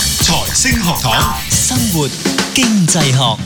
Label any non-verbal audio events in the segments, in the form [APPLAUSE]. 星學堂，生活經濟學，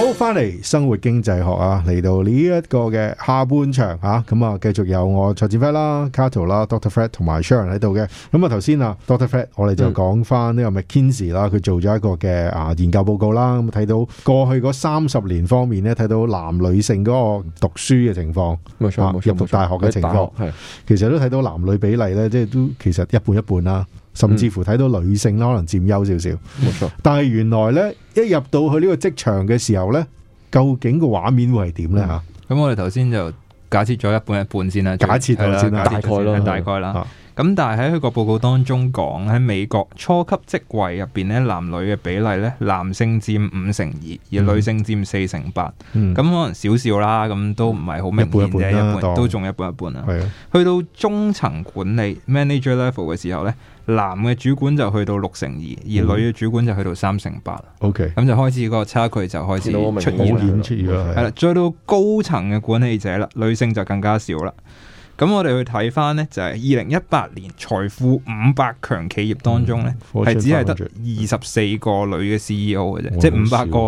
好，翻嚟生活經濟學啊，嚟到呢一個嘅下半場啊，咁啊，繼續有我蔡志輝啦、Cato 啦、Doctor Fred 同埋 Sharon 喺度嘅。咁啊，頭先啊，Doctor Fred，我哋就嗯講翻呢個 McKinsey 啦，佢做咗一個嘅啊研究報告啦，咁睇到過去嗰三十年方面咧，睇到男女性嗰個讀書嘅情況，冇啊錯，冇錯，入讀大學嘅情況。係其實都睇到男女比例咧，即係都其實一半一半啦，甚嗯至乎睇到女性啦，可能佔優少少。冇錯。但係原來咧，一入到去呢個職場嘅時候咧，究竟個畫面會係點咧吓？咁我哋頭先就假設咗一半一半先啦，假設係啦先啦啊假設大概啦係大概啦。咁但係喺佢個報告當中講，喺美國初級職位入邊咧，男女嘅比例咧，男性佔五成二，而女性佔四成八。嗯咁可能少少啦，咁都唔係好明顯一半一啫，半啦一半當都仲一半一半啦。係啊，去到中層管理 manager level 嘅時候咧，男嘅主管就去到六成二，而女嘅主管就去到三成八啦。 ，OK，咁就開始個差距就開始見到我明出好現啦。顯出現啦，啊係啦，再到高層嘅管理者啦，女性就更加少啦。咁我哋去睇翻呢，就係二零一八年財富五百強企業當中呢，嗯係只係得 Fortune 二十四個女嘅 CEO 嘅哇啫，即係好五百少啊個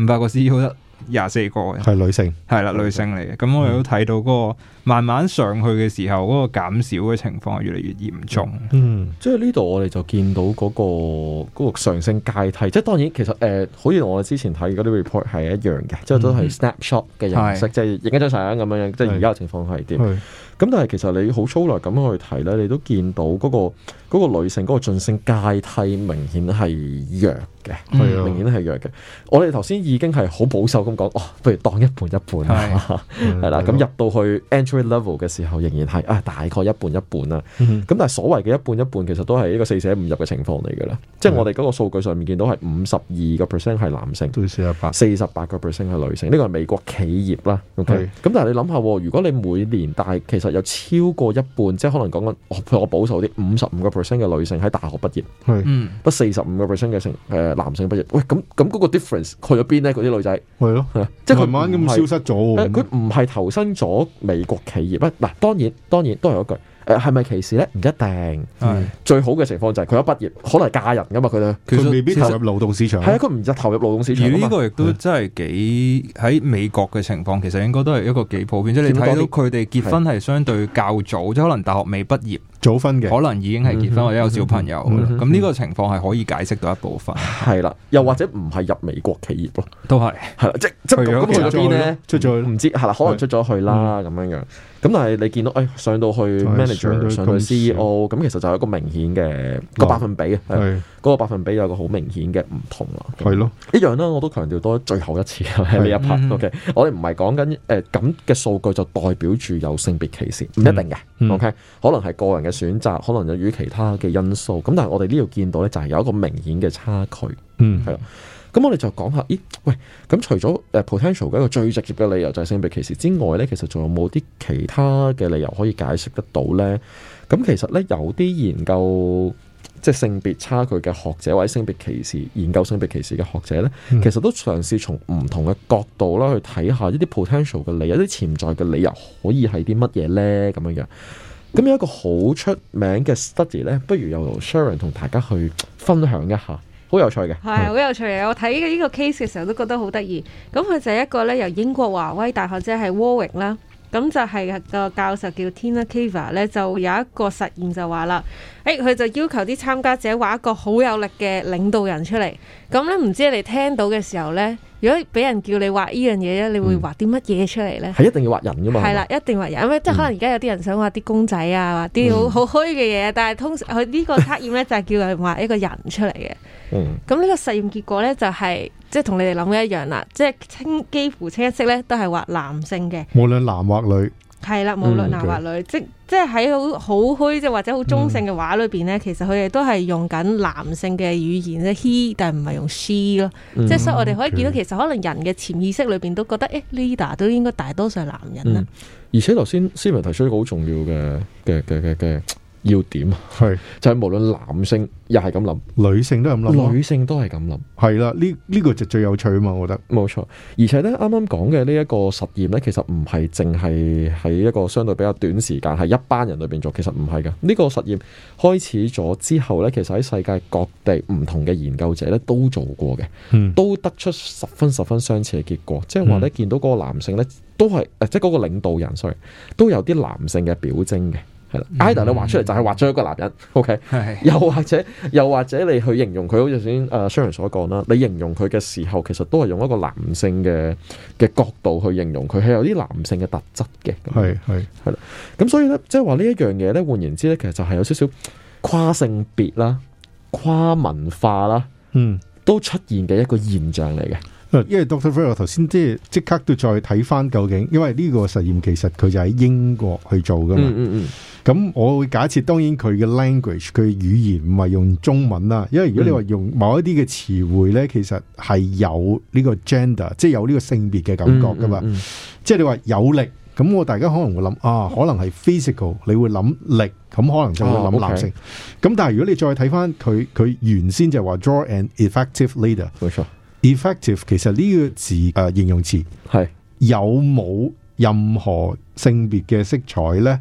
五百個 CEO 得廿四個嘅，係嗯女性，係啦，女性嚟嘅。咁我哋都睇到嗰個慢慢上去嘅時候，嗰個減少嘅情況係越嚟越嚴重。嗯，即係呢度我哋就見到嗰、個嗰個上升階梯，即係當然其實誒、呃好似我之前睇嗰啲 report 係一樣嘅，即係都係 snapshot 嘅形式，即係影一張相咁樣樣，即係而家嘅情況係點？咁係但係其實你好粗略咁去睇咧，你都見到嗰、個嗰個女性嗰個晉升階梯明顯係弱嘅，係啊明顯係弱嘅。我哋頭先已經係好保守咁講，哦，不如當一半一半啊啦，嗯係係啦。咁入到去 entry level 嘅時候，仍然係啊，大概一半一半啦。嗯咁但係所謂嘅一半一半，其實都係一個四捨五入嘅情況嚟嘅啦。即嗯係我哋嗰個數據上面見到係五十二個 percent 係男性，都四十八，四十八個 percent 係女性。呢個係美國企業啦。OK，係咁但係你諗下喎，如果你每年但係其實有超過一半，即係可能講緊我譬如我保守啲，五十五個 percent 嘅女性喺大學畢業，係嗯，得四十五個 percent 嘅成誒男性畢業。喂，咁咁嗰個 difference 去咗邊呢？嗰啲女仔係咯，即係佢慢慢唔咁係消失誒咗，呃佢唔係投身咗美國企業啊！嗱，當然當然都係嗰句誒，係咪歧視咧？唔一定。係最好嘅情況就係佢一畢業，可能係嫁人噶嘛，佢哋其實佢未必投入勞動市場，係啊，佢唔就投入勞動市場而啊呢嘛。個亦都真係幾喺美國嘅情況，其實應該都係一個幾普遍，即係你見睇到到多啲佢哋結婚係相對較早，即係可能大學未畢業，早婚嘅，可能已經係結婚或者有小朋友㗎啦嗯哼咁呢個情況係可以解釋到一部分，係啦，又或者唔係入美國企業咯，都係係啦，即即去咗咁其去他咗邊咧？出咗去咯唔知係啦，可能出咗去啦咁樣樣。咁但係你見到誒上到去係上到 manager，去上到咁 CEO，咁其實就有一個明顯嘅個百分比啊，係係嗰個百分比有個好明顯嘅唔同啦。係咯，一樣啦，我都強調多最後一次啦喺呢一嗯 part。OK，我哋唔係講緊誒咁嘅數據就代表住有性別歧視，唔一定嘅。嗯 OK，可能係個人嘅選擇，可能有與其他嘅因素。咁但係我哋呢度見到咧，就係有一個明顯嘅差距。嗯係咁我哋就講下，咦喂，咁除咗呃誒 potential 嘅一個最直接嘅理由就係性別歧視之外咧，其實仲有冇啲其他嘅理由可以解釋得到咧？咁其實咧有啲研究即係性別差距嘅學者或者性別歧視研究性別歧視嘅學者咧，嗯其實都嘗試從唔同嘅角度啦去睇下一啲 potential 嘅理由、一啲潛在嘅理由可以係啲乜嘢咧咁樣樣。咁有一個好出名嘅 study 咧，不如由 Sharon 同大家去分享一下，好有趣嘅。嗯係好有趣嘅，我睇呢個 case 嘅時候都覺得好得意。咁佢就係一個咧由英國華威大學即係 Warwick 啦，咁就係個教授叫 Tina Kiva 咧，就有一個實驗就話啦，誒、佢就要求啲參加者畫一個好有力嘅領導人出嚟。咁咧唔知你聽到嘅時候咧，如果俾人叫你畫呢樣嘢咧，你會畫啲乜嘢出嚟咧？係一定要畫人噶嘛？係啦，一定畫人，因為即係可能而家有啲人想畫啲公仔啊，畫啲好好虛嘅嘢，但係通常佢呢個測驗咧就係叫人畫一個人出嚟嘅。係嘛，咁呢個實驗結果咧就係、即係同你哋諗嘅一樣啦，即係清幾乎清一色咧都係畫男性嘅，無論男或女，係啦，無論嗯男或女，即即係喺好好虛即係或者好中性嘅畫裏邊咧，其實佢哋都係用緊男性嘅語言即 he，但係唔係用 she 咯，嗯，即係所以我哋可以見到 okay 其實可能人嘅潛意識裏邊都覺得誒 leader 都應該大多數係男人啦啊嗯，而且頭先思文提出一個好重要嘅嘅嘅嘅嘅要點啊？係就係、無論男性又係咁女性都係咁諗諗，咯，女性都係咁諗。係啦，呢呢個就最有趣啊嘛，我覺得冇錯，而且咧啱啱講嘅呢一個實驗咧，其實唔係淨係喺一個相對比較短時間，係一班人裏邊做，其實唔係噶。呢、個實驗開始咗之後咧，其實喺世界各地唔同嘅研究者咧都做過嘅，嗯都得出十分十分相似嘅結果，即係話咧見到嗰個男性咧都係誒，即係嗰個領導人 sorry 都有啲男性嘅表徵嘅，係啦。either 你畫出嚟就係畫咗一個男人，OK。 [LAUGHS] [LAUGHS] 系又或者又或者你去形容佢，好似頭先誒 Sharon 所講啦，你形容佢嘅時候，其實都係用一個男性嘅嘅角度去形容佢，係有啲男性嘅特質嘅。係係咁所以咧，即係話呢一樣嘢咧，換言之咧，其實就係有少少跨性別啦、跨文化啦，嗯。都出現嘅一個現象嚟嘅。因為 Doctor Ferrer 頭先即係即刻都再睇翻究竟，因為呢個實驗其實佢就喺英國去做噶嘛。嗯嗯咁、我會假設，當然佢嘅 language 佢語言唔係用中文啦，因為如嗯果你話用某一啲嘅詞彙咧，其實係有呢個 gender，即係有呢個性別嘅感覺噶嘛。嗯嗯嗯即係你話有力，咁我大家可能會諗啊，可能係 physical，你會諗力，咁可能就會哦諗 OK 男性。咁、但係如果你再睇翻佢佢原先就話 draw an effective leader。冇錯， effective 其實呢個字誒、呃形容詞係有冇任何性別嘅色彩呢？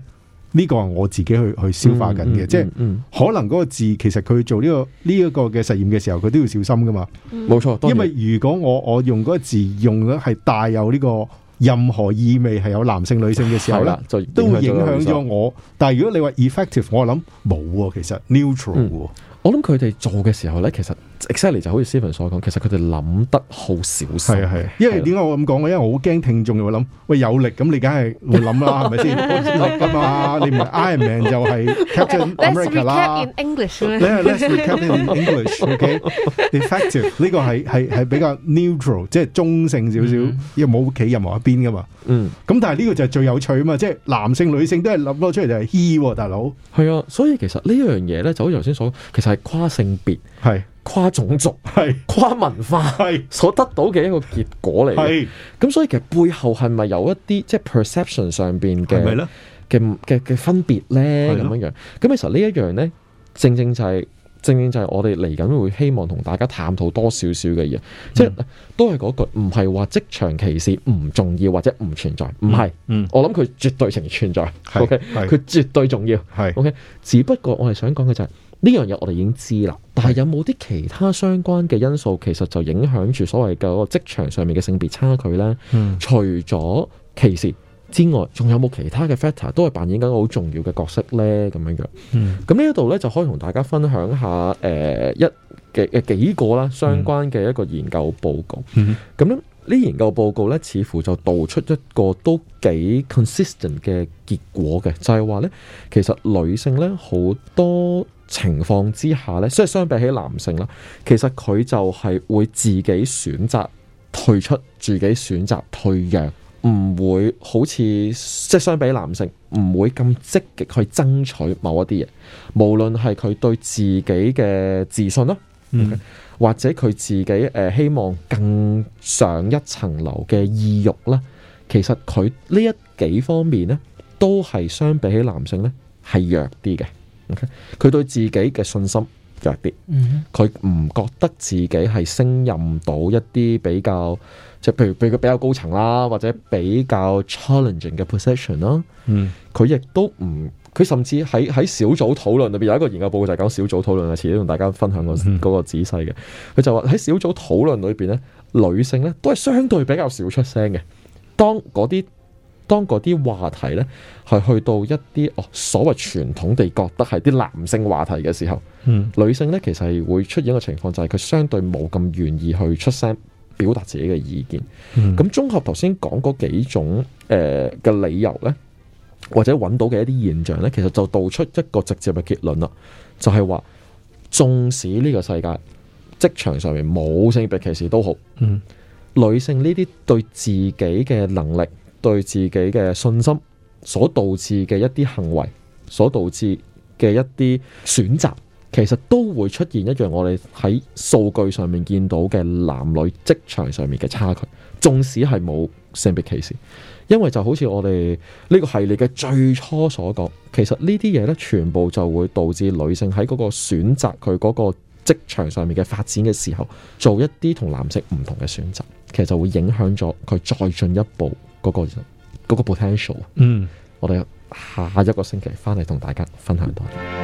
呢、個係我自己去去消化緊嘅，即係嗯嗯可能嗰個字其實佢做呢、個呢一、個嘅實驗嘅時候，佢都要小心噶嘛。嗯冇錯，當因然為如果我我用嗰個字用得係帶有呢個任何意味係有男性女性嘅時候係呢啦，，就都會影咗個響 result 咗我。但係如果你話 effective，我諗冇喎，其實嗯 neutral 喎。我諗佢哋做嘅時候咧，其實 exactly 就好似 Stephen 所講，其實佢哋諗得好小心。係啊係啊，因為點解我咁講咧？因為我好驚聽眾會諗，喂有力咁你梗係會諗啦，係咪先？力啊 [LAUGHS] 嘛，你唔係 Iron Man 就係 Captain Let's America 啦 recap。[LAUGHS] in English 你咧。係 Let's [LAUGHS] recap in English，OK？Effective 呢個係係係比較 neutral，即係中性少少，又冇企任何一邊噶嘛。嗯咁但係呢個就係最有趣啊嘛，即係男性女性都係諗到出嚟就係 he 喎，大佬係啊，所以其實呢樣嘢咧，就好似頭先所講，其實係跨性別、係跨種族、係跨文化係所得到嘅一個結果嚟嘅。係咁所以其實背後係咪有一啲即係 perception 上邊係咪嘅咧？嘅嘅嘅分別咧？係咁咯樣樣咁其實呢一樣咧，正正就係、正正就係我哋嚟緊會希望同大家探討多少少嘅嘢，即嗯係都係嗰句，唔係話職場歧視唔重要或者唔存在，唔係。嗯我諗佢絕對成存在係，OK，係佢絕對重要係，OK。只不過我係想講嘅就係呢樣嘢，我哋已經知啦。但係有冇啲其他相關嘅因素，其實就影響住所謂嘅嗰個職場上面嘅性別差距呢？嗯除咗歧視之外，仲有冇其他嘅 factor 都係扮演緊一個好重要嘅角色呢？咁樣樣。嗯咁呢一度咧就可以同大家分享下誒、呃一嘅嘅幾個啦相關嘅一個研究報告。嗯咁咧呢研究報告咧，似乎就道出一個都幾 consistent 嘅結果嘅，就係話咧，其實女性咧好多情況之下咧，即係相比起男性啦，其實佢就係會自己選擇退出，自己選擇退讓。唔會好似即係相比男性，唔會咁積極去爭取某一啲嘢，無論係佢對自己嘅自信啦，嗯或者佢自己誒、呃希望更上一層樓嘅意欲啦，其實佢呢一幾方面呢，都係相比起男性呢係弱啲嘅。OK，佢對自己嘅信心弱啲，佢唔覺得自己係升任到一啲比較即係譬如譬如佢比較高層啦，或者比較 challenging 嘅 position 啦。嗯佢亦都唔，佢甚至喺喺小組討論裏邊有一個研究報告就係講小組討論啊，遲啲同大家分享個嗯嗰個仔細嘅。佢就話喺小組討論裏邊咧，女性咧都係相對比較少出聲嘅。當嗰啲當嗰啲話題咧係去到一啲哦所謂傳統地覺得係啲男性話題嘅時候，嗯女性咧其實係會出現一個情況，就係佢相對冇咁願意去出聲表達自己嘅意見。嗯咁綜合頭先講嗰幾種誒嘅、理由咧，或者揾到嘅一啲現象咧，其實就道出一個直接嘅結論啦，就係話，縱使呢個世界職場上面冇性別歧視都好，嗯女性呢啲對自己嘅能力、對自己嘅信心所導致嘅一啲行為、所導致嘅一啲選擇，其實都會出現一樣我哋喺數據上面見到嘅男女職場上面嘅差距，縱使係冇性別歧視。因為就好似我哋呢個系列嘅最初所講，其實呢啲嘢呢，全部就會導致女性喺嗰個選擇佢嗰個職場上面嘅發展嘅時候，做一啲同男性唔同嘅選擇，其實就會影響咗佢再進一步嗰、個嗰、個 potential。嗯。我哋下一個星期翻嚟同大家分享多啲。